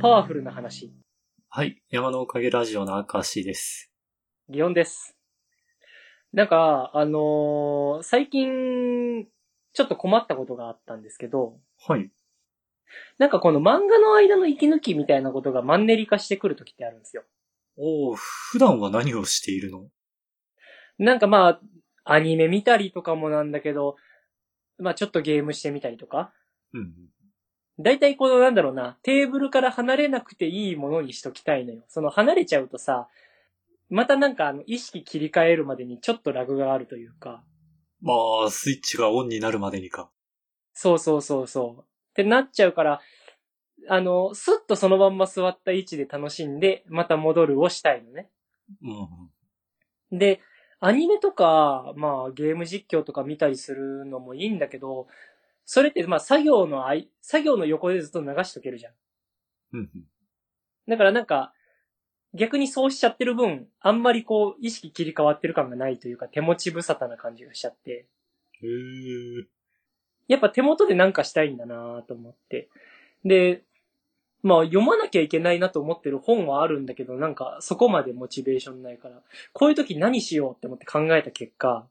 パワフルな話。はい。山のおかげラジオの明石です。祇園です。なんか、あのー最近、ちょっと困ったことがあったんですけど、はい。なんかこの漫画の間の息抜きみたいなことがマンネリ化してくるときってあるんですよ。おー、普段は何をしているのなんかまあ、アニメ見たりとかもなんだけど、まあちょっとゲームしてみたりとか。うん。だいたいこのなんだろうな、テーブルから離れなくていいものにしときたいのよ。その離れちゃうとさ、またなんかあの意識切り替えるまでにちょっとラグがあるというか。まあ、スイッチがオンになるまでにか。そうそうそうそう。ってなっちゃうから、あの、スッとそのまんま座った位置で楽しんで、また戻るをしたいのね。うん。で、アニメとか、まあゲーム実況とか見たりするのもいいんだけど、それってまあ作業のあい、作業の横でずっと流しとけるじゃん。うん。だからなんか、逆にそうしちゃってる分、あんまりこう、意識切り替わってる感がないというか、手持ち無沙汰な感じがしちゃって、へー。やっぱ手元でなんかしたいんだなと思って。で、まあ読まなきゃいけないなと思ってる本はあるんだけど、なんかそこまでモチベーションないから、こういう時何しようって思って考えた結果、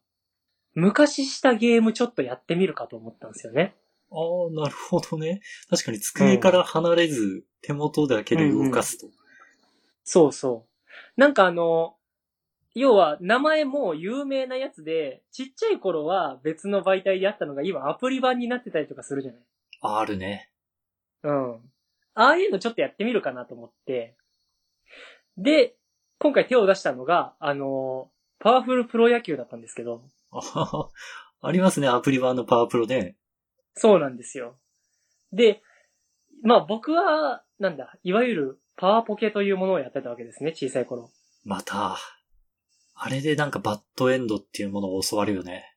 昔したゲームちょっとやってみるかと思ったんですよね。ああ、なるほどね。確かに机から離れず、手元だけで動かすと。そうそう。なんかあの、要は名前も有名なやつで、ちっちゃい頃は別の媒体であったのが今アプリ版になってたりとかするじゃないあるね。うん。ああいうのちょっとやってみるかなと思って。で、今回手を出したのが、あのーパワフルプロ野球だったんですけど、あははありますね、アプリ版のパワープロで。そうなんですよ。で、まあ僕は、なんだ、いわゆるパワーポケというものをやってたわけですね、小さい頃。また、あれでなんかバッドエンドっていうものを教わるよね。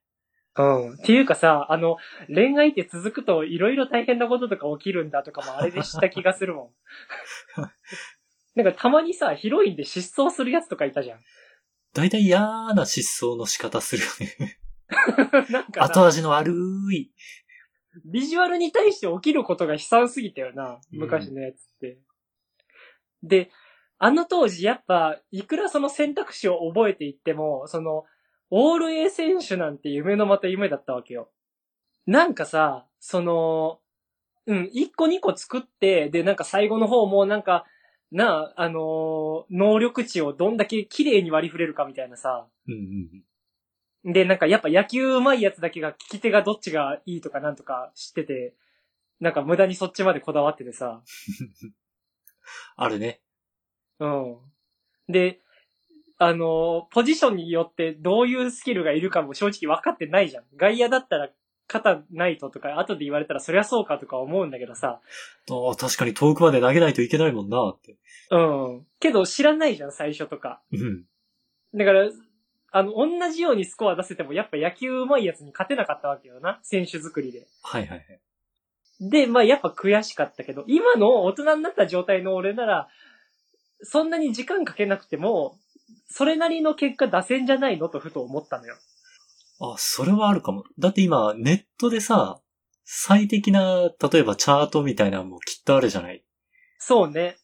うん。っていうかさ、あの、恋愛って続くといろいろ大変なこととか起きるんだとかもあれで知った気がするも ん。なんかたまにさ、ヒロインで失踪するやつとかいたじゃん。 だいたい嫌な失踪の仕方するよね。なんかな後味の悪い。ビジュアルに対して起きることが悲惨すぎたよな、昔のやつって。で、あの当時やっぱ、いくらその選択肢を覚えていっても、その、オール A 選手なんて夢のまた夢だったわけよ。なんかさ、その、うん、1個2個作って、で、なんか最後の方もなんか、なあ、あのー能力値をどんだけ綺麗に割り振れるかみたいなさ、うんうん。で、なんかやっぱ野球上手いやつだけが利き手がどっちがいいとかなんとか知ってて、なんか無駄にそっちまでこだわっててさ。あるね。うん。で、あのーポジションによってどういうスキルがいるかも正直分かってないじゃん。外野だったら肩ないととか、後で言われたらそりゃそうかとか思うんだけどさ。ああ確かに遠くまで投げないといけないもんなって。うん。けど知らないじゃん、最初とか。うん。だから、あの、同じようにスコア出せてもやっぱ野球上手いやつに勝てなかったわけよな。選手作りで。はいはいはい。で、まあやっぱ悔しかったけど、今の大人になった状態の俺なら、そんなに時間かけなくても、それなりの結果出せんじゃないのとふと思ったのよ。あ、それはあるかも。だって今、ネットでさ、最適な、例えばチャートみたいなのもきっとあるじゃない。そうね。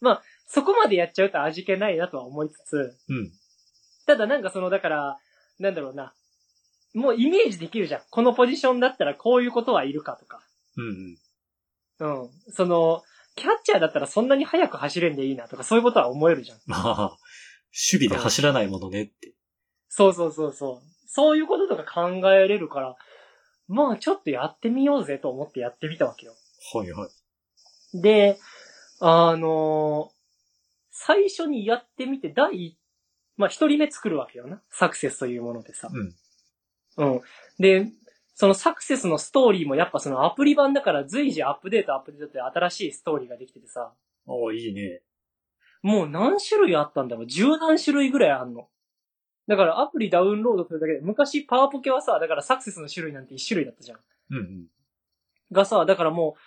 まあ、そこまでやっちゃうと味気ないなとは思いつつ、うん。ただなんかその、だから、なんだろうな。もうイメージできるじゃん。このポジションだったらこういうことはいるかとか。うんうん。う ん。その、キャッチャーだったらそんなに速く走れんでいいなとか、そういうことは思えるじゃん。まあ、守備で走らないものねって。そうそうそうそう。そういうこととか考えれるから、まあちょっとやってみようぜと思ってやってみたわけよ。はいはい。で、あの最初にやってみて、第一、まあ一人目作るわけよな。サクセスというものでさ。うん。うん。で、そのサクセスのストーリーもやっぱそのアプリ版だから随時アップデートアップデートで新しいストーリーができててさ、ああ、いいね。もう何種類あったんだろう十何種類ぐらいあんの。だからアプリダウンロードするだけで、昔パワーポケはさ、だからサクセスの種類なんて一種類だったじゃん。うんうん。がさ、だからもう、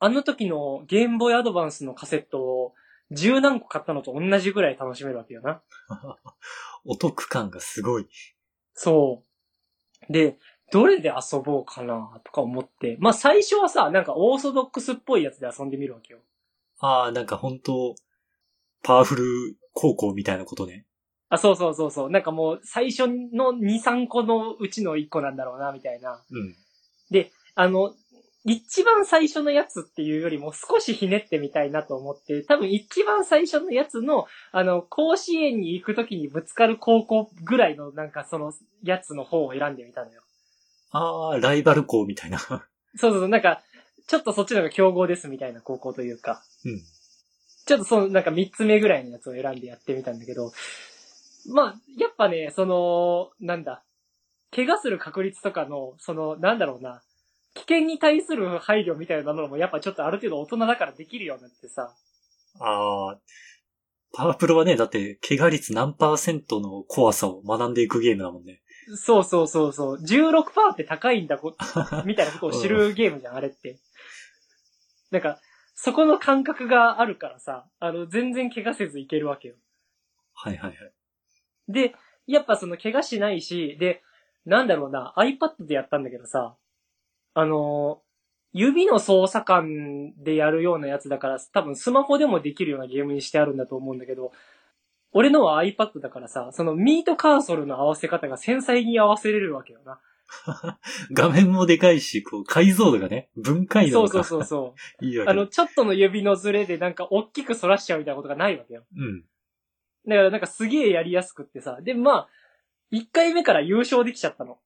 あの時のゲームボーイアドバンスのカセットを十何個買ったのと同じぐらい楽しめるわけよな。お得感がすごい。そう。で、どれで遊ぼうかなとか思って。まあ最初はさ、なんかオーソドックスっぽいやつで遊んでみるわけよ。ああ、なんか本当パワフル高校みたいなことね。あ、そうそうそうそう。なんかもう最初の2、3個のうちの1個なんだろうな、みたいな。うん。あの、一番最初のやつっていうよりも少しひねってみたいなと思って、多分一番最初のやつの、あの、甲子園に行くときにぶつかる高校ぐらいのなんかそのやつの方を選んでみたのよ。ああ、ライバル校みたいな。そうそうそう、なんか、ちょっとそっちの方が強豪ですみたいな高校というか。うん。ちょっとその、なんか三つ目ぐらいのやつを選んでやってみたんだけど、まあ、やっぱね、その、なんだ、怪我する確率とかの、その、なんだろうな、危険に対する配慮みたいなのも、やっぱちょっとある程度大人だからできるようになってさ、ああ、パワプロはね、だって、怪我率何パーセントの怖さを学んでいくゲームだもんね。そうそうそうそう、16%って高いんだこ、みたいなことを知るゲームじゃん、あれって。なんか、そこの感覚があるからさ、あの、全然怪我せずいけるわけよ。はいはいはい。で、やっぱその怪我しないし、で、なんだろうな、iPad でやったんだけどさ、あのー指の操作感でやるようなやつだから、多分スマホでもできるようなゲームにしてあるんだと思うんだけど、俺のは iPad だからさ、そのミートカーソルの合わせ方が繊細に合わせれるわけよな。画面もでかいし、こう、解像度がね、分解そ度うそがうそうそ。いいう わあけの、だ。ちょっとの指のズレでなんか大きく反らしちゃうみたいなことがないわけよ。うん。だからなんかすげえやりやすくってさ、で、まあ、1回目から優勝できちゃったの。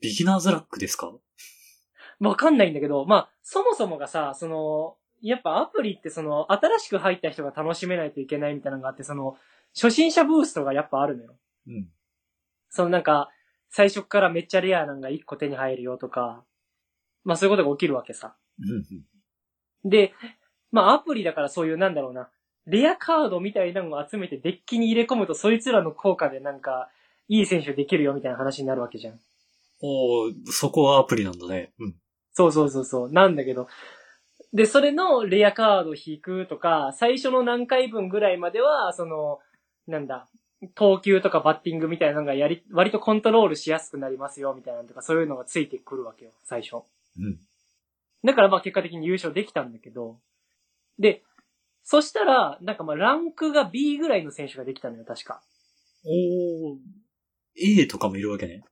ビギナーズラックですかわかんないんだけど、まあ、そもそもがさ、その、やっぱアプリってその、新しく入った人が楽しめないといけないみたいなのがあって、その、初心者ブーストがやっぱあるのよ。うん。そのなんか、最初からめっちゃレアなんが1個手に入るよとか、まあそういうことが起きるわけさ。うんで、まあアプリだからそういうなんだろうな、レアカードみたいなのを集めてデッキに入れ込むと、そいつらの効果でなんか、いい選手できるよみたいな話になるわけじゃん。おーそこはアプリなんだね。うん。そうそうそうそう。なんだけど。で、それのレアカード引くとか、最初の何回分ぐらいまでは、その、なんだ、投球とかバッティングみたいなのがやり、割とコントロールしやすくなりますよ、みたいなのとか、そういうのがついてくるわけよ、最初。うん。だからまあ結果的に優勝できたんだけど。で、そしたら、なんかまあランクが B ぐらいの選手ができたのよ、確か。おー A とかもいるわけね。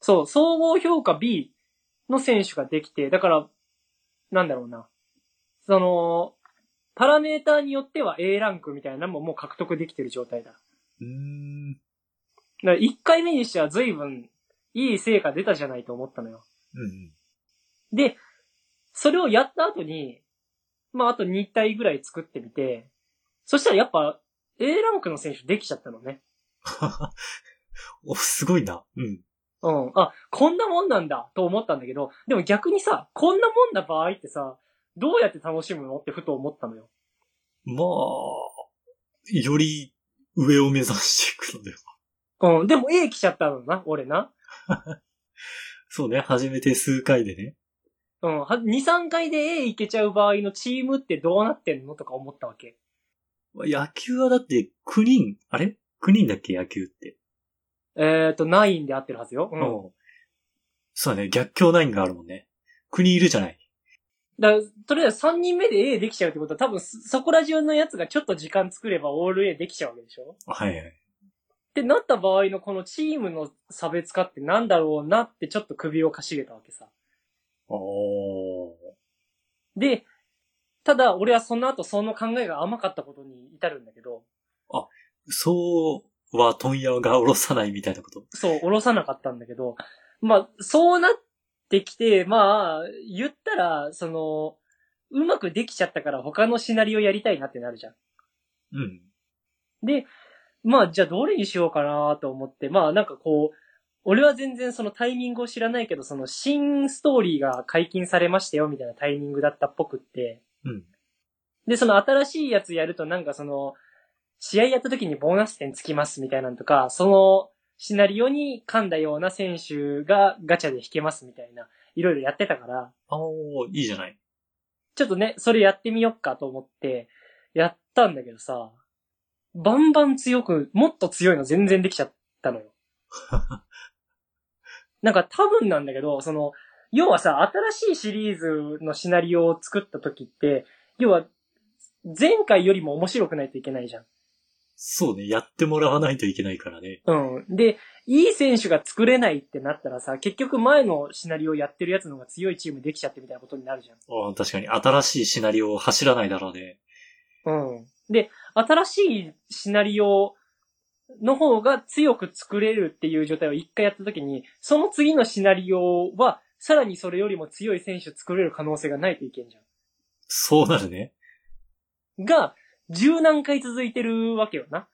そう、総合評価 B の選手ができて、だから、なんだろうな。その、パラメーターによっては A ランクみたいなのももう獲得できてる状態だ。だかうーん。ら1回目にしては随分いい成果出たじゃないと思ったのよ。うん。で、それをやった後に、まああと2体ぐらい作ってみて、そしたらやっぱ A ランクの選手できちゃったのね。お、すごいな。うん。うん。あ、こんなもんなんだと思ったんだけど、でも逆にさ、こんなもんな場合ってさ、どうやって楽しむのってふと思ったのよ。まあ、より上を目指していくのでは。うん。でも A 来ちゃったのな、俺な。そうね、初めて数回でね。うん。は2、3回で A いけちゃう場合のチームってどうなってんのとか思ったわけ。野球はだって9人、あれ ?9 人だっけ野球って。えっ、ー、と、9で合ってるはずよ。う。うんそうだね、逆境ナインがあるもんね。9人いるじゃない。だからとりあえず3人目で A できちゃうってことは多分そそこら中のやつがちょっと時間作ればオール A できちゃうわけでしょはいはい。ってなった場合のこのチームの差別化ってなんだろうなってちょっと首をかしげたわけさ。おー。で、ただ俺はその後その考えが甘かったことに至るんだけど、そうは問屋が下ろさないみたいなこと。そう、おろさなかったんだけど、まあ、そうなってきて、まあ、言ったら、その、うまくできちゃったから他のシナリオやりたいなってなるじゃん。うん。で、まあ、じゃあどれにしようかなと思って、まあ、なんかこう、俺は全然そのタイミングを知らないけど、その新ストーリーが解禁されましたよみたいなタイミングだったっぽくって、うん。で、その新しいやつやるとなんかその、試合やった時にボーナス点つきますみたいなのとか、そのシナリオに噛んだような選手がガチャで引けますみたいな、いろいろやってたから、おー、いいじゃない。ちょっとね、それやってみよっかと思って、やったんだけどさ、バンバン強く、もっと強いの全然できちゃったのよ。なんか多分なんだけど、その、要はさ、新しいシリーズのシナリオを作った時って、要は前回よりも面白くないといけないじゃん。そうね、やってもらわないといけないからね。うん。で、いい選手が作れないってなったらさ、結局前のシナリオやってるやつの方が強いチームできちゃってみたいなことになるじゃん。ああ確かに、新しいシナリオを走らないだろうね。うん。で、新しいシナリオの方が強く作れるっていう状態を一回やった時に、その次のシナリオは、さらにそれよりも強い選手作れる可能性がないといけんじゃそうなるね。ん。が、十何回続いてるわけよ な。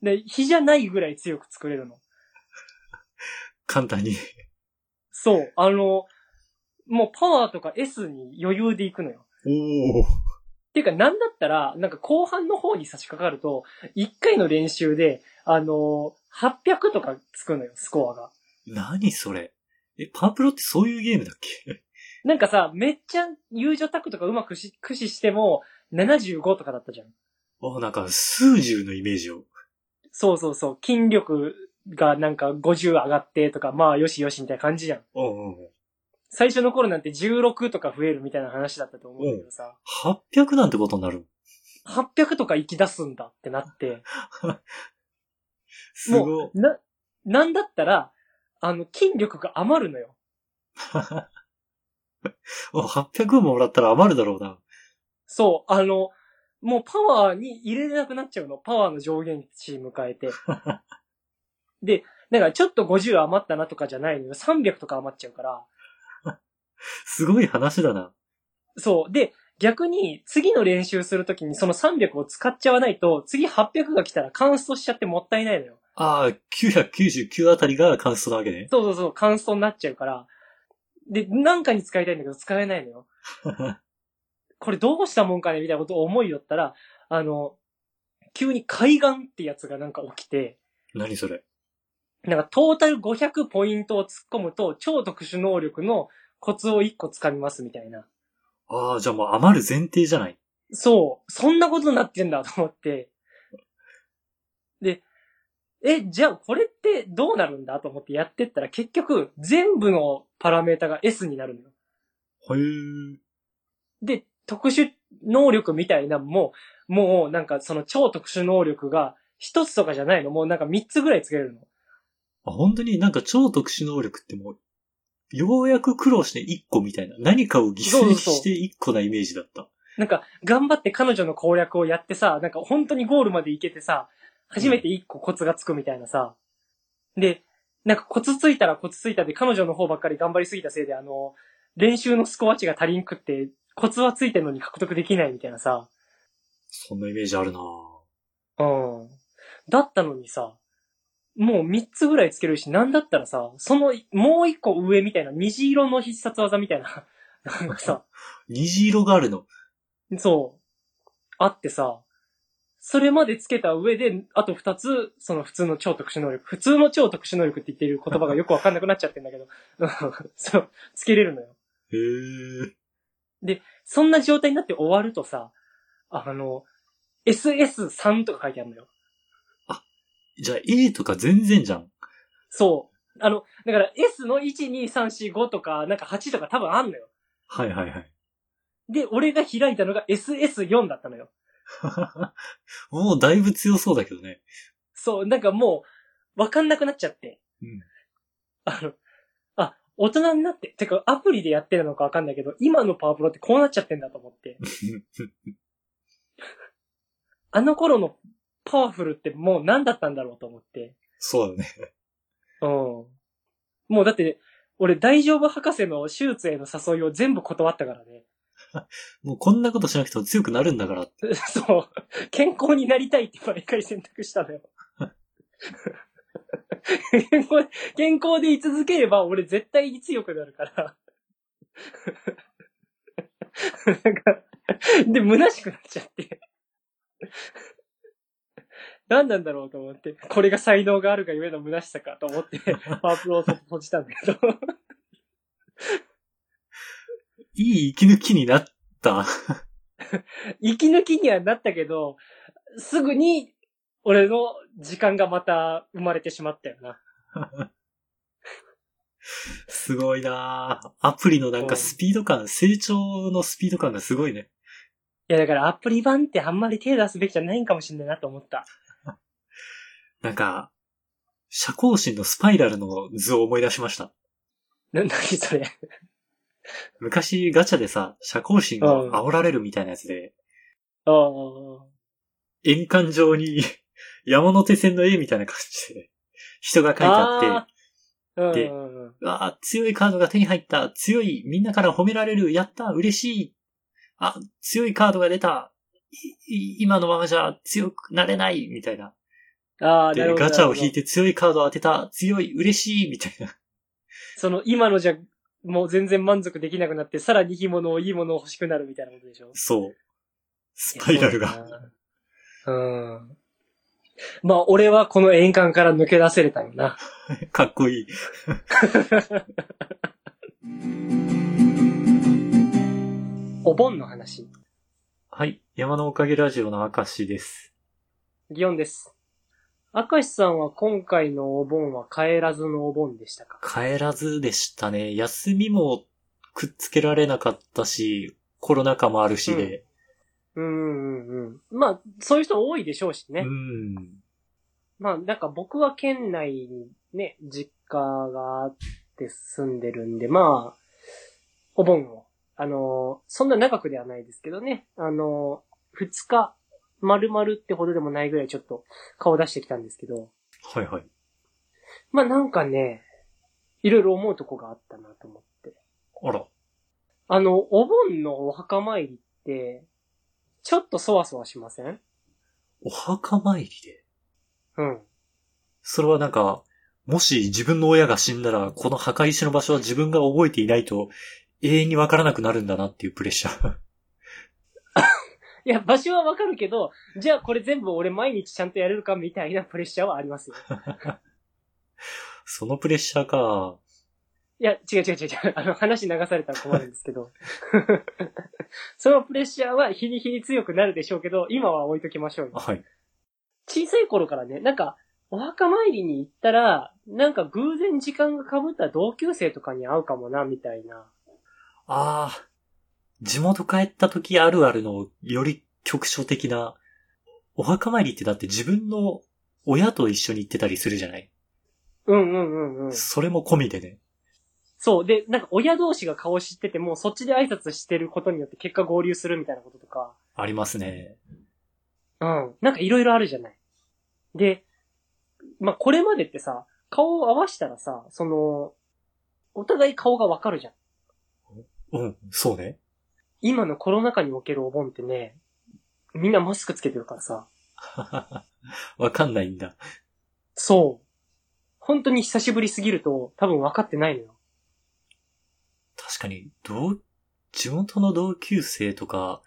で、比じゃないぐらい強く作れるの。簡単に。そう、あの、もうパワーとか S に余裕でいくのよ。おお。ていうか、なんだったら、なんか後半の方に差し掛かると、1回の練習で、あのー、800とかつくのよ、スコアが。何それ。え、パープロってそういうゲームだっけ なんかさ、めっちゃ友情タックとかうまくし駆使しても、75とかだったじゃん。ああなんか、数十のイメージを。そうそうそう、筋力がなんか50上がってとか、まあよしよしみたいな感じじゃん。うんうんうん。最初の頃なんて16とか増えるみたいな話だったと思うんだけどさ、 800なんてことになる。 800とか行き出すんだってなって、すごもい。う、な、なんだったら、あの、筋力が余るのよ。あ800もらったら余るだろうな。そう、あの、もうパワーに入れれなくなっちゃうの。パワーの上限値迎えて。で、なんかちょっと50余ったなとかじゃないのよ。300とか余っちゃうから。すごい話だな。そう。で、逆に次の練習するときにその300を使っちゃわないと、次800が来たらカンストしちゃってもったいないのよ。ああ、999あたりが関数なわけね。そうそうそう、カンストになっちゃうから。で、なんかに使いたいんだけど使えないのよ。これどうしたもんかねみたいなことを思いよったら、あの、急に海岸ってやつがなんか起きて、何それ。なんかトータル500ポイントを突っ込むと、超特殊能力のコツを1個掴みますみたいな。ああ、じゃあもう余る前提じゃない。そう、そんなことになってんだと思って。で、え、じゃあこれってどうなるんだと思ってやってったら結局全部のパラメータが S になるのよ。へえ。で、特殊能力みたいなのも、もうなんかその超特殊能力が一つとかじゃないの。もうなんか三つぐらいつけれるの。あ、本当になんか超特殊能力ってもう、ようやく苦労して1個みたいな。何かを犠そう牲そうにそうして1個なイメージだった。なんか頑張って彼女の攻略をやってさ、なんか本当にゴールまで行けてさ、初めて一個コツがつくみたいなさ。で、なんかコツついたらコツついたで彼女の方ばっかり頑張りすぎたせいであの、練習のスコア値が足りんくって、コツはついてんのに獲得できないみたいなさ。そんなイメージあるなぁうん。だったのにさ、もう3つぐらいつけるし、なんだったらさ、その、もう1個上みたいな、虹色の必殺技みたいな、なんかさ、虹色があるの。そう、あってさ、それまでつけた上で、あと2つ、その普通の超特殊能力。普通の超特殊能力って言ってる言葉がよくわかんなくなっちゃってんだけど、 うんそう、つけれるのよ。へえ。そんな状態になって終わるとさ、あの、SS3 とか書いてあるのよ。じゃあ A とか全然じゃん。そう。あの、だから S の1、2、3、4、5とか、なんか8とか多分あんのよ。はいはいはい。 で、俺が開いたのが SS4 だったのよ。もうだいぶ強そうだけどね。そう、なんかもう、わかんなくなっちゃって。うんあの、あ、大人になって、てかアプリでやってるのかわかんないけど、今のパワプロってこうなっちゃってんだと思 って。あの頃のパワフルってもう何だったんだろうと思って。そうだね。うん。もうだって、俺大丈夫博士の手術への誘いを全部断ったからね。もうこんなことしなくても強くなるんだから。 そう。健康になりたいって毎回選択したのよ。 健康、健康で居続ければ俺絶対に強くなるから。なんか、で、虚しくなっちゃって。何なんだろうと思って、これが才能があるがゆえの虚しさかと思って、パワープロを閉じたんだけど。いい息抜きになった。 息抜きにはなったけど、すぐに俺の時間がまた生まれてしまったよな。すごいなぁアプリのなんかスピード感、成長のスピード感がすごいね。や、だからアプリ版ってあんまり手出すべきじゃないんかもしれないなと思った。なんか、社交心のスパイラルの図を思い出しました。な、 なにそれ。昔ガチャでさ、社交心を煽られるみたいなやつで、ああ。円環上に 山手線の絵みたいな感じで、人が書いてあって、あーでうんうんうんああ、強いカードが手に入った。強い。みんなから褒められる。やった。嬉しい。あ、強いカードが出た。いい今のままじゃ強くなれない。みたいな。ああ、なるで、ほど。ガチャを引いて。て強いカードを当てた。強い。嬉しい。みたいな。その、今のじゃ、もう全然満足できなくなって、さらにいいものを、いいものを欲しくなるみたいなことでしょそう。スパイラルが。。うん。まあ、俺はこの円環から抜け出せれたよな。かっこいい。お盆の話。はい。山のおかげラジオの明石です。ギオンです。明石さんは今回のお盆は帰らずのお盆でしたか帰らずでしたね。休みもくっつけられなかったし、コロナ禍もあるしで。うんうんうん。まあ、そういう人多いでしょうしね。うん。まあ、なんか僕は県内にね、実家があって住んでるんで、まあ、お盆を。あのー、そんな長くではないですけどね。あのー、二日、丸々ってほどでもないぐらいちょっと顔出してきたんですけど、はいはい。まあなんかね、いろいろ思うとこがあったなと思って。あら。あの、お盆のお墓参りって、ちょっとそわそわしませんお墓参りでうん。それはなんか、もし自分の親が死んだら、この墓石の場所は自分が覚えていないと、永遠にわからなくなるんだなっていうプレッシャー。 いや、場所はわかるけど、じゃあこれ全部俺毎日ちゃんとやれるかみたいなプレッシャーはありますよ。そのプレッシャーか。いや、違う違う違う違う。あの、話流されたら困るんですけど。 そのプレッシャーは日に日に強くなるでしょうけど、今は置いときましょうよ。はい。小さい頃からね、なんか、お墓参りに行ったら、なんか偶然時間が被った同級生とかに会うかもな、みたいな。ああ、地元帰った時あるあるのより局所的な、お墓参りってだって自分の親と一緒に行ってたりするじゃない、うんうんうんうん。それも込みでね。そう。で、なんか親同士が顔知ってても、そっちで挨拶してることによって結果合流するみたいなこととか。ありますね。うん。なんかいろいろあるじゃない。で、まあ、これまでってさ、顔を合わしたらさ、その、お互い顔がわかるじゃん。うん、そうね。 今のコロナ禍におけるお盆ってね、みんなマスクつけてるからさ、わかんないんだ。そう。本当に久しぶりすぎると、多分分かってないのよ。確かに、同、地元の同級生とか、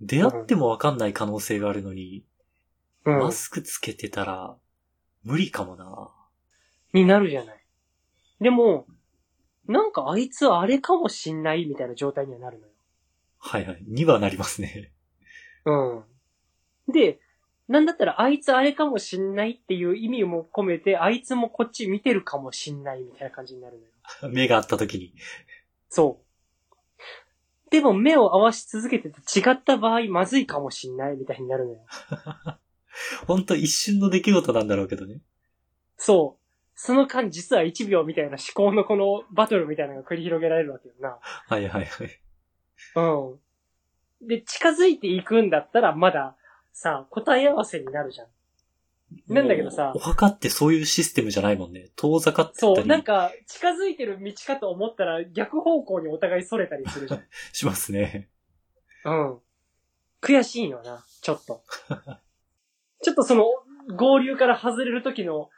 出会ってもわかんない可能性があるのに、うんマ。スクつけてたら、無理かもな。になるじゃない。でも、なんかあいつあれかもしんないみたいな状態にはなるのよ。はいはい。にはなりますね。 うん。で、なんだったら、あいつあれかもしんないっていう意味も込めて、あいつもこっち見てるかもしんないみたいな感じになるのよ。目があった時に。そう。でも目を合わし続けてて違った場合まずいかもしんないみたいになるのよ。ほんと一瞬の出来事なんだろうけどね。そう。その間実は1秒みたいな思考のこのバトルみたいなのが繰り広げられるわけよな。はいはいはい。うん。で、近づいていくんだったらまださ、答え合わせになるじゃん。なんだけどさお墓ってそういうシステムじゃないもんね。遠ざかってそたう、なんりか、近づいてる道かと思ったら、逆方向にお互い逸れたりするじしますね。ゃん。 うん。悔しいよな、ちょっ と。ちょっとその、合流から外れる時の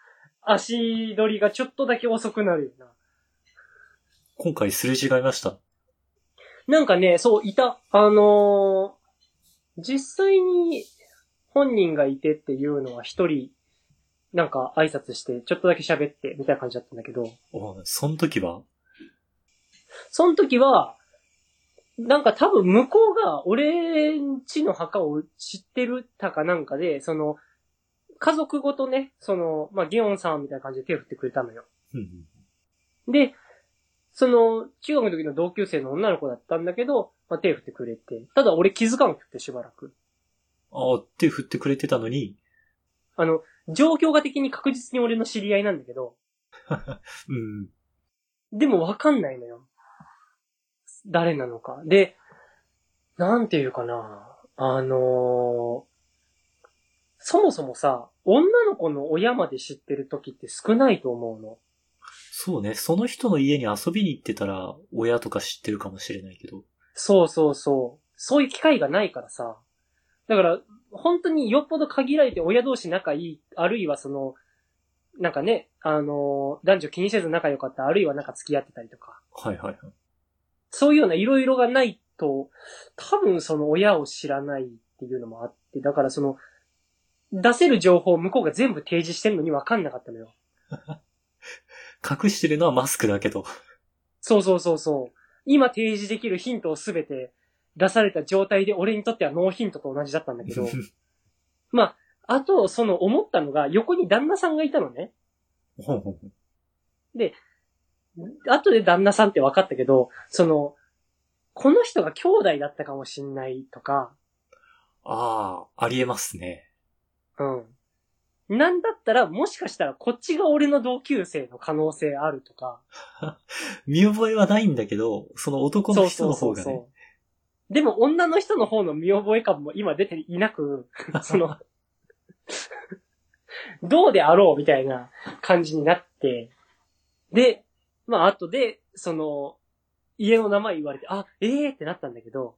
足取りがちょっとだけ遅くなるよ今回すれ違いました。な。なんかね、そう、いた。あのー実際に本人がいてっていうのは一人、なんか挨拶して、ちょっとだけ喋って、みたいな感じだったんだけど。おその時はその時は、なんか多分向こうが俺んちの墓を知ってるたかなんかで、その、家族ごとね、その、まあ、ゲオンさんみたいな感じで手を振ってくれたのよ。うん。で、その、中学の時の同級生の女の子だったんだけど、まあ、手振ってくれて。ただ俺気づかなくてしばらく。ああ、手振ってくれてたのに、あの、状況が的に確実に俺の知り合いなんだけど、うん。でもわかんないのよ。誰なのか。で、なんていうかな。あのーそもそもさ、女の子の親まで知ってる時って少ないと思うの。そうね、その人の家に遊びに行ってたら、親とか知ってるかもしれないけど。そうそうそう。そういう機会がないからさ。だから、本当によっぽど限られて親同士仲いい、あるいはその、なんかね、あのー男女気にせず仲良かった、あるいはなんか付き合ってたりとか。はいはいはい。そういうようないろいろがないと、多分その親を知らないっていうのもあって、だからその、出せる情報を向こうが全部提示してるのに分かんなかったのよ。隠してるのはマスクだけど。そうそうそうそう。今提示できるヒントをすべて出された状態で俺にとってはノーヒントと同じだったんだ けど、まあ、あとその思ったのが横に旦那さんがいたのね。ほんほんほん後で旦那さんって分かったけど、その、この人が兄弟だったかもしんないとか、ああ、ありえますね。うん。なんだったら、もしかしたらこっちが俺の同級生の可能性あるとか。見覚えはないんだけど、その男の人の方がね。う。でも女の人の方の見覚え感も今出ていな く、その、どうであろうみたいな感じになって、で、まあ後で、その、家の名前言われて、あ、ええー、ってなったんだけど、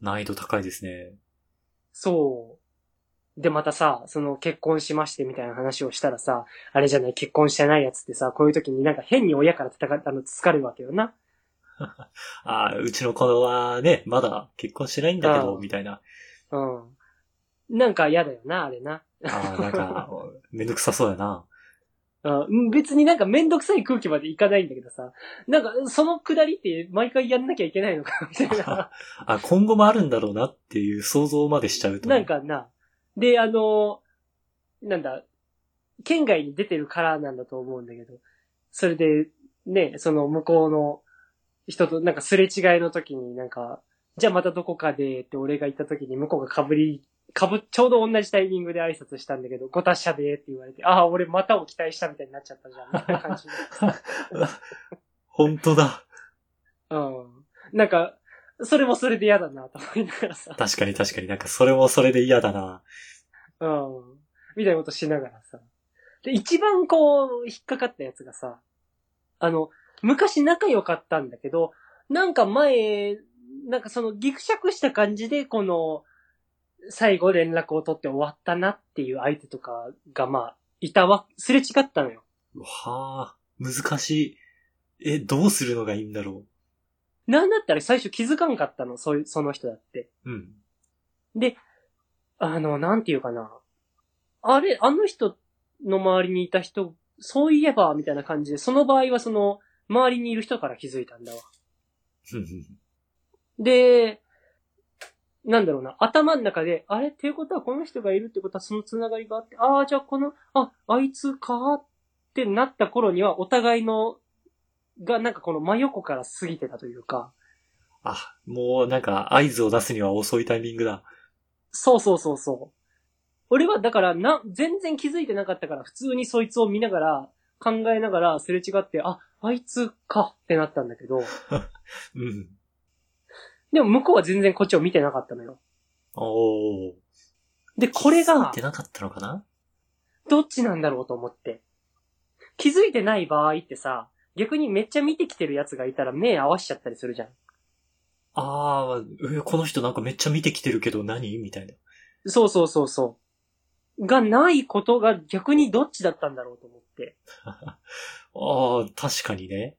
難易度高いですね。そう。で、またさ、その結婚しましてみたいな話をしたらさ、あれじゃない、結婚してないやつってさ、こういう時になんか変に親から叩か、あの、つかれるわけよな。ああ、うちの子はね、まだ結婚してないんだけど、ああみたいな。うん。なんか嫌だよな、あれな。ああ、なんか、 めんどくさそうやな。うん、別になんかめんどくさい空気までいかないんだけどさ、なんかそのくだりって毎回やんなきゃいけないのか、みたいな。あ、今後もあるんだろうなっていう想像までしちゃうと。なん。かな。で、あの、なんだ、県外に出てるからなんだと思うんだけど、それで、ね、その向こうの人となんかすれ違いの時になんか、じゃあまたどこかでって俺が行った時に向こうが被り、被っ、ちょうど同じタイミングで挨拶したんだけど、ご達者でって言われて、ああ、俺またを期待したみたいになっちゃったじゃん、みたいな感じで。本当だ。うん。なんか、それもそれで嫌だな、と思いながらさ。確かに確かになんかそれもそれで嫌だな。うん。みたいなことしながらさ。で、一番こう、引っかかったやつがさ、あの、昔仲良かったんだけど、なんか前、なんかそのギクシャクした感じで、この、最後連絡を取って終わったなっていう相手とかが、まあ、いたわ、すれ違ったのよ。はあ、難しい。え、どうするのがいいんだろなんだったら最初気づかんかったの、そういう、その人だって。う。うん。で、あの、なんていうかな。あれ、あの人の周りにいた人、そういえば、みたいな感じで、その場合はその、周りにいる人から気づいたんだわ。ふんふんで、なんだろうな、頭の中で、あれっていうことはこの人がいるってことはそのつながりがあって、ああ、じゃあこの、あ、あいつかってなった頃には、お互いの、がなんかこの真横から過ぎてたというか、あ、もうなんか合図を出すには遅いタイミングだ。そうそうそうそう。俺はだからな、全然気づいてなかったから、普通にそいつを見ながら、考えながらすれ違って、あ、あいつかってなったんだけど、うん。でも向こうは全然こっちを見てなかったのよ。おー。で、これ気づいがて、なかったのかなどっちなんだろうと思って。気づいてない場合ってさ、逆にめっちゃ見てきてるやつがいたら目合わしちゃったりするじゃん。あー、えーこの人なんかめっちゃ見てきてるけど何みたいな。そうそうそうそう。がないことが逆にどっちだったんだろうと思って。あー、確かにね。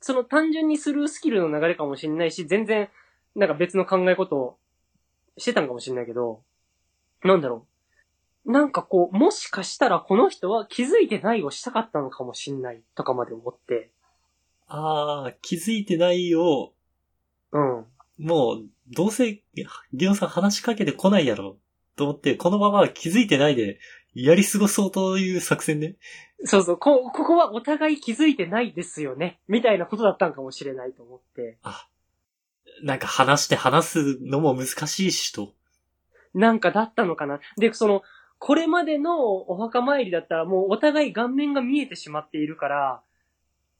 その単純にスルースキルの流れかもしれないし、全然、なんか別の考えことをしてたんかもしれないけど、なんだろう。なんかこう、もしかしたらこの人は気づいてないをしたかったのかもしれないとかまで思って、あー、気づいてないよ。うん。もう、どうせ、ギノさん話しかけてこないやろ。と思って、このまま気づいてないでやり過ごそうという作戦ね。そうそう、こ、ここはお互い気づいてないですよね。みたいなことだったんかもしれないと思って。なんか話して話すのも難しいしと。なんかだったのかな。で、その、これまでのお墓参りだったらもうお互い顔面が見えてしまっているから、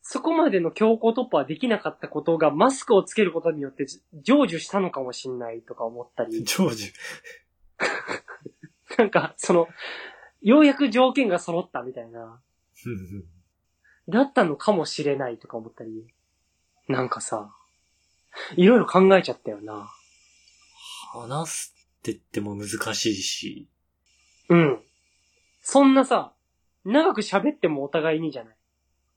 そこまでの強行突破はできなかったことがマスクをつけることによってじ成就したのかもしれないとか思ったり、成就。なんかその、ようやく条件が揃ったみたいな、うんうんだったのかもしれないとか思ったり、なんかさ、いろいろ考えちゃったよな。話すって言っても難しいし。うん。そんなさ、長く喋ってもお互いにじゃない。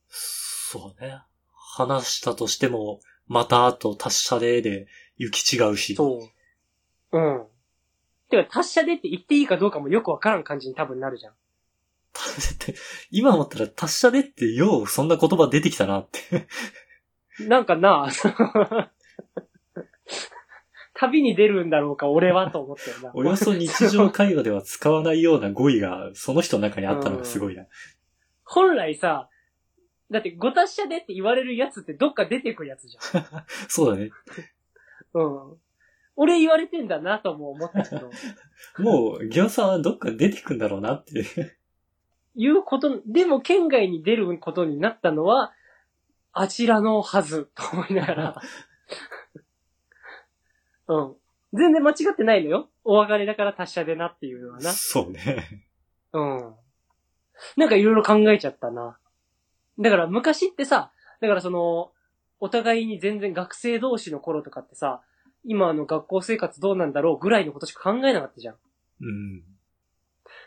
そうね。話したとしても、またあと達者でで行き違うし。そう。うん。てか、達者でって言っていいかどうかもよくわからん感じに多分なるじゃん。だって 今思ったら達者でってようそんな言葉出てきたなって。なんかな 旅に出るんだろうか、俺はと思ったよな。およそ日常会話では使わないような語彙がその人の中にあったのがすごいな。本来さ、だって、ご達者でって言われるやつってどっか出てくやつじゃん。そうだね。うん。俺言われてんだなとも思ったけど、もう、ギャオさんはどっか出てくんだろうなって。言うこと、でも県外に出ることになったのは、あちらのはず、と思いながら。 うん。全然間違ってないのよ。お別れだから達者でなっていうのはな。そうね。うん。なんかいろいろ考えちゃったな。だから昔ってさ、だからその、お互いに全然学生同士の頃とかってさ、今の学校生活どうなんだろうぐらいのことしか考えなかったじゃん。うん。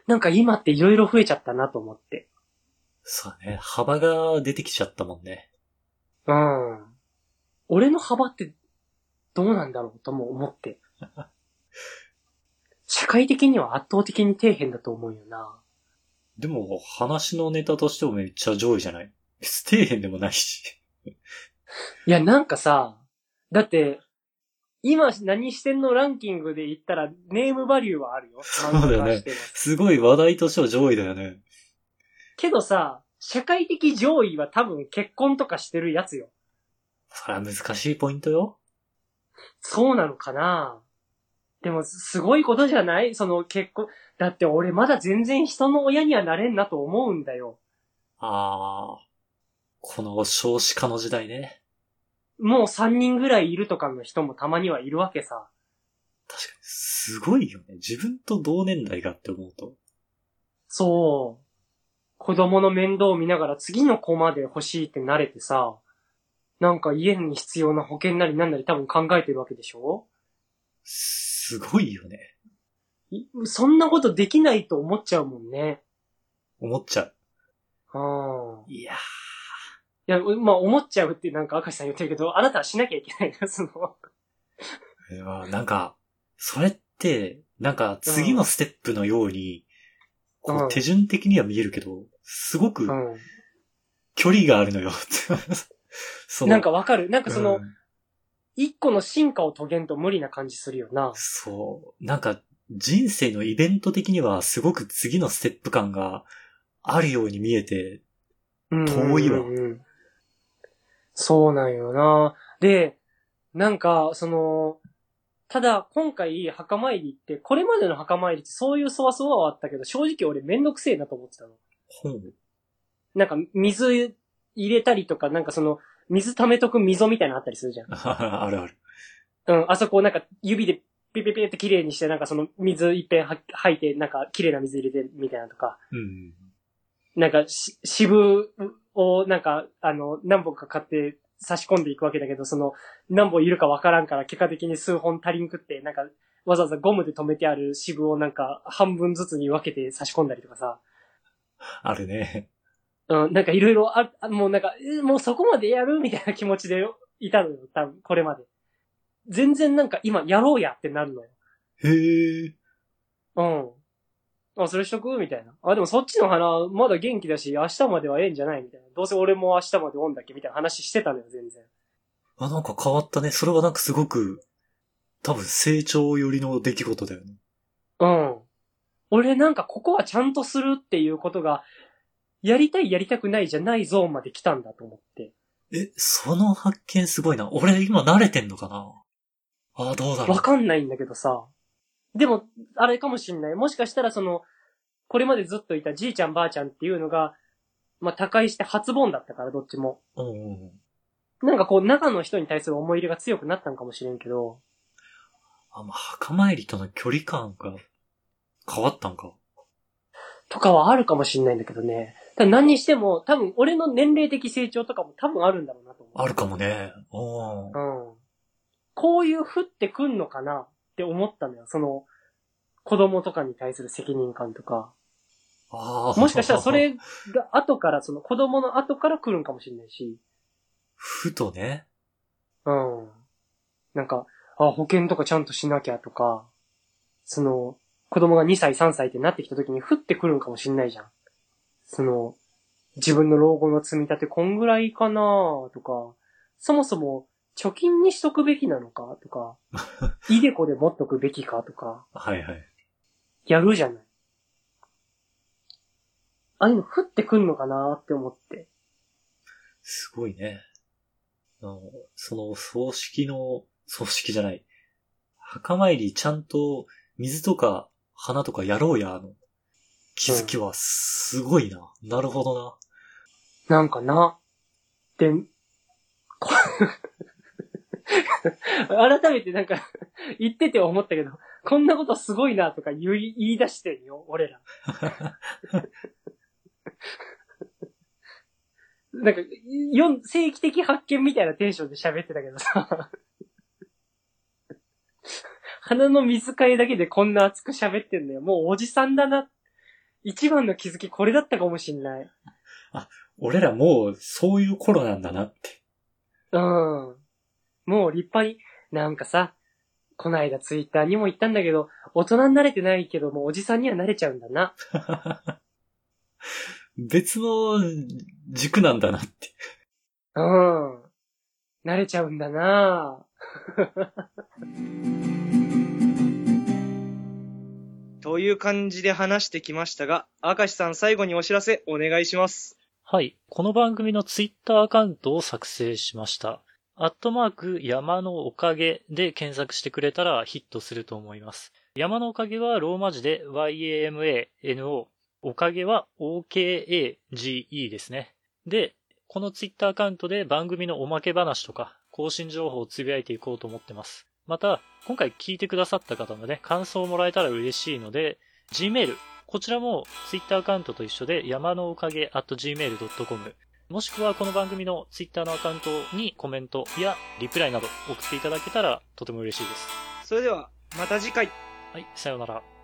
なんか今っていろいろ増えちゃったなと思って。そうだね。幅が出てきちゃったもんね。うん。俺の幅ってどうなんだろうとも思 って。社会的には圧倒的に底辺だと思うよな。でも、話のネタとしてもめっちゃ上位じゃない 別に底辺でもないし。 いや、なんかさ、だって、今何してんのランキングで言ったらネームバリューはあるよ。そうだ漫よね画家としてはすごい話題としては上位だよね。けどさ、社会的上位は多分結婚とかしてるやつよ。それは難しいポイントよ。そうなのかなでも、すごいことじゃないその結婚。だって俺まだ全然人の親にはなれんなと思うんだよ。あー。この少子化の時代ね。もう3人ぐらいいるとかの人もたまにはいるわけさ。確かに、すごいよね。自分と同年代がって思うと。そう。子供の面倒を見ながら次の子まで欲しいって慣れてさ、なんか家に必要な保険なりなんなり多分考えてるわけでしょすごいよね。いそんなことできないと思っちゃうもんね。思っちゃう。うん。いやいや、まあ思っちゃうってなんか明石さん言ってるけど、あなたはしなきゃいけないな、その。ー。いやーなんか、それって、なんか次のステップのように、こうんう手順的には見えるけど、すごくうん。距離があるのよ。 そのなんかわかるなんかそのう、ん一個の進化を遂げんと無理な感じするよな。そう。なんか、人生のイベント的にはすごく次のステップ感があるように見えて、遠いわうんうんうんそうなんよな。で、なんか、その、ただ今回墓参りって、これまでの墓参りってそういうそわそわはあったけど、正直俺めんどくせえなと思ってたの。ほうなんか水入れたりとか、なんかその、水溜めとく溝みたいなのあったりするじゃん。 あるある。うん、あそこをなんか指でピピピって綺麗にして、なんかその水いっぺんは吐いて、なんか綺麗な水入れてみたいなのとか。うん。なんかし、渋を、なんか、あの、何本か買って差し込んでいくわけだけど、その、何本いるかわからんから、結果的に数本足りんくって、なんか、わざわざゴムで止めてある渋をなんか、半分ずつに分けて差し込んだりとかさ、あるね。うん、なんかいろいろあ、あもうなんか、えもうそこまでやるみたいな気持ちでいたのよ、多分、これまで。全然なんか、今、やろうやってなるのよ。へえ。うん。あ、それしとくみたいな。あ、でもそっちの花、まだ元気だし、明日まではええんじゃないみたいな。どうせ俺も明日までおんだっけみたいな話してたのよ、全然。あ、なんか変わったね。それはなんかすごく、多分成長寄りの出来事だよね。うん。俺なんかここはちゃんとするっていうことが、やりたいやりたくないじゃないゾーンまで来たんだと思って。え、その発見すごいな。俺今慣れてんのかなあーどうだろうわ。かんないんだけどさ。でも、あれかもしんない。もしかしたらその、これまでずっといたじいちゃんばあちゃんっていうのが、まあ、他界して初盆だったから、どっちも。うんうんうん。なんかこう、中の人に対する思い入れが強くなったんかもしれんけど、あ、まあ、墓参りとの距離感が変わったんか。とかはあるかもしんないんだけどね。ただ何にしても、多分俺の年齢的成長とかも多分あるんだろうなと思う。あるかもね。うん。うん。こういう降ってくんのかなって思ったのよ。その、子供とかに対する責任感とか。ああ。もしかしたらそ。れが後から、その子供の後から来るんかもしれないし。ふとね。うん。なんか、あ、保険とかちゃんとしなきゃとか、その、子供が2歳、3歳ってなってきた時に降ってくるんかもしんないじゃん。その、自分の老後の積み立てこんぐらいかなとか、そもそも貯金にしとくべきなのかとか、いでこで持っとくべきかとか、はいはい。やるじゃない。ああいうの降ってくんのかなって思って。すごいね。あのその、葬式の、葬式じゃない。墓参りちゃんと水とか花とかやろうや、の気づきはすごいな。なるほどな。なんかな。で、こ 改めてなんか、言ってて思ったけど、こんなことすごいなとか言い言い出してんよ、俺ら。 なんか、よん世紀的発見みたいなテンションで喋ってたけどさ。鼻の水替えだけでこんな熱く喋ってんのよ。もうおじさんだな。一番の気づきこれだったかもしんない。俺らもう、そういう頃なんだなって。うん。もう立派に、なんかさ、こないだツイッターにも言ったんだけど、大人になれてないけども、おじさんにはなれちゃうんだな。別の軸なんだなって。うん。なれちゃうんだなという感じで話してきましたが、明石さん最後にお知らせお願いします。はい。この番組のツイッターアカウントを作成しました。アットマーク山のおかげで検索してくれたらヒットすると思います。山のおかげはローマ字で YAMANO。おかげは OKAGE ですね。で、このツイッターアカウントで番組のおまけ話とか更新情報をつぶやいていこうと思ってます。また、今回聞いてくださった方のね、感想をもらえたら嬉しいので、Gmail、こちらも Twitter アカウントと一緒で山のおかげ at gmail.com もしくはこの番組の Twitter のアカウントにコメントやリプライなど送っていただけたらとても嬉しいです。それでは、また次回。はい、さようなら。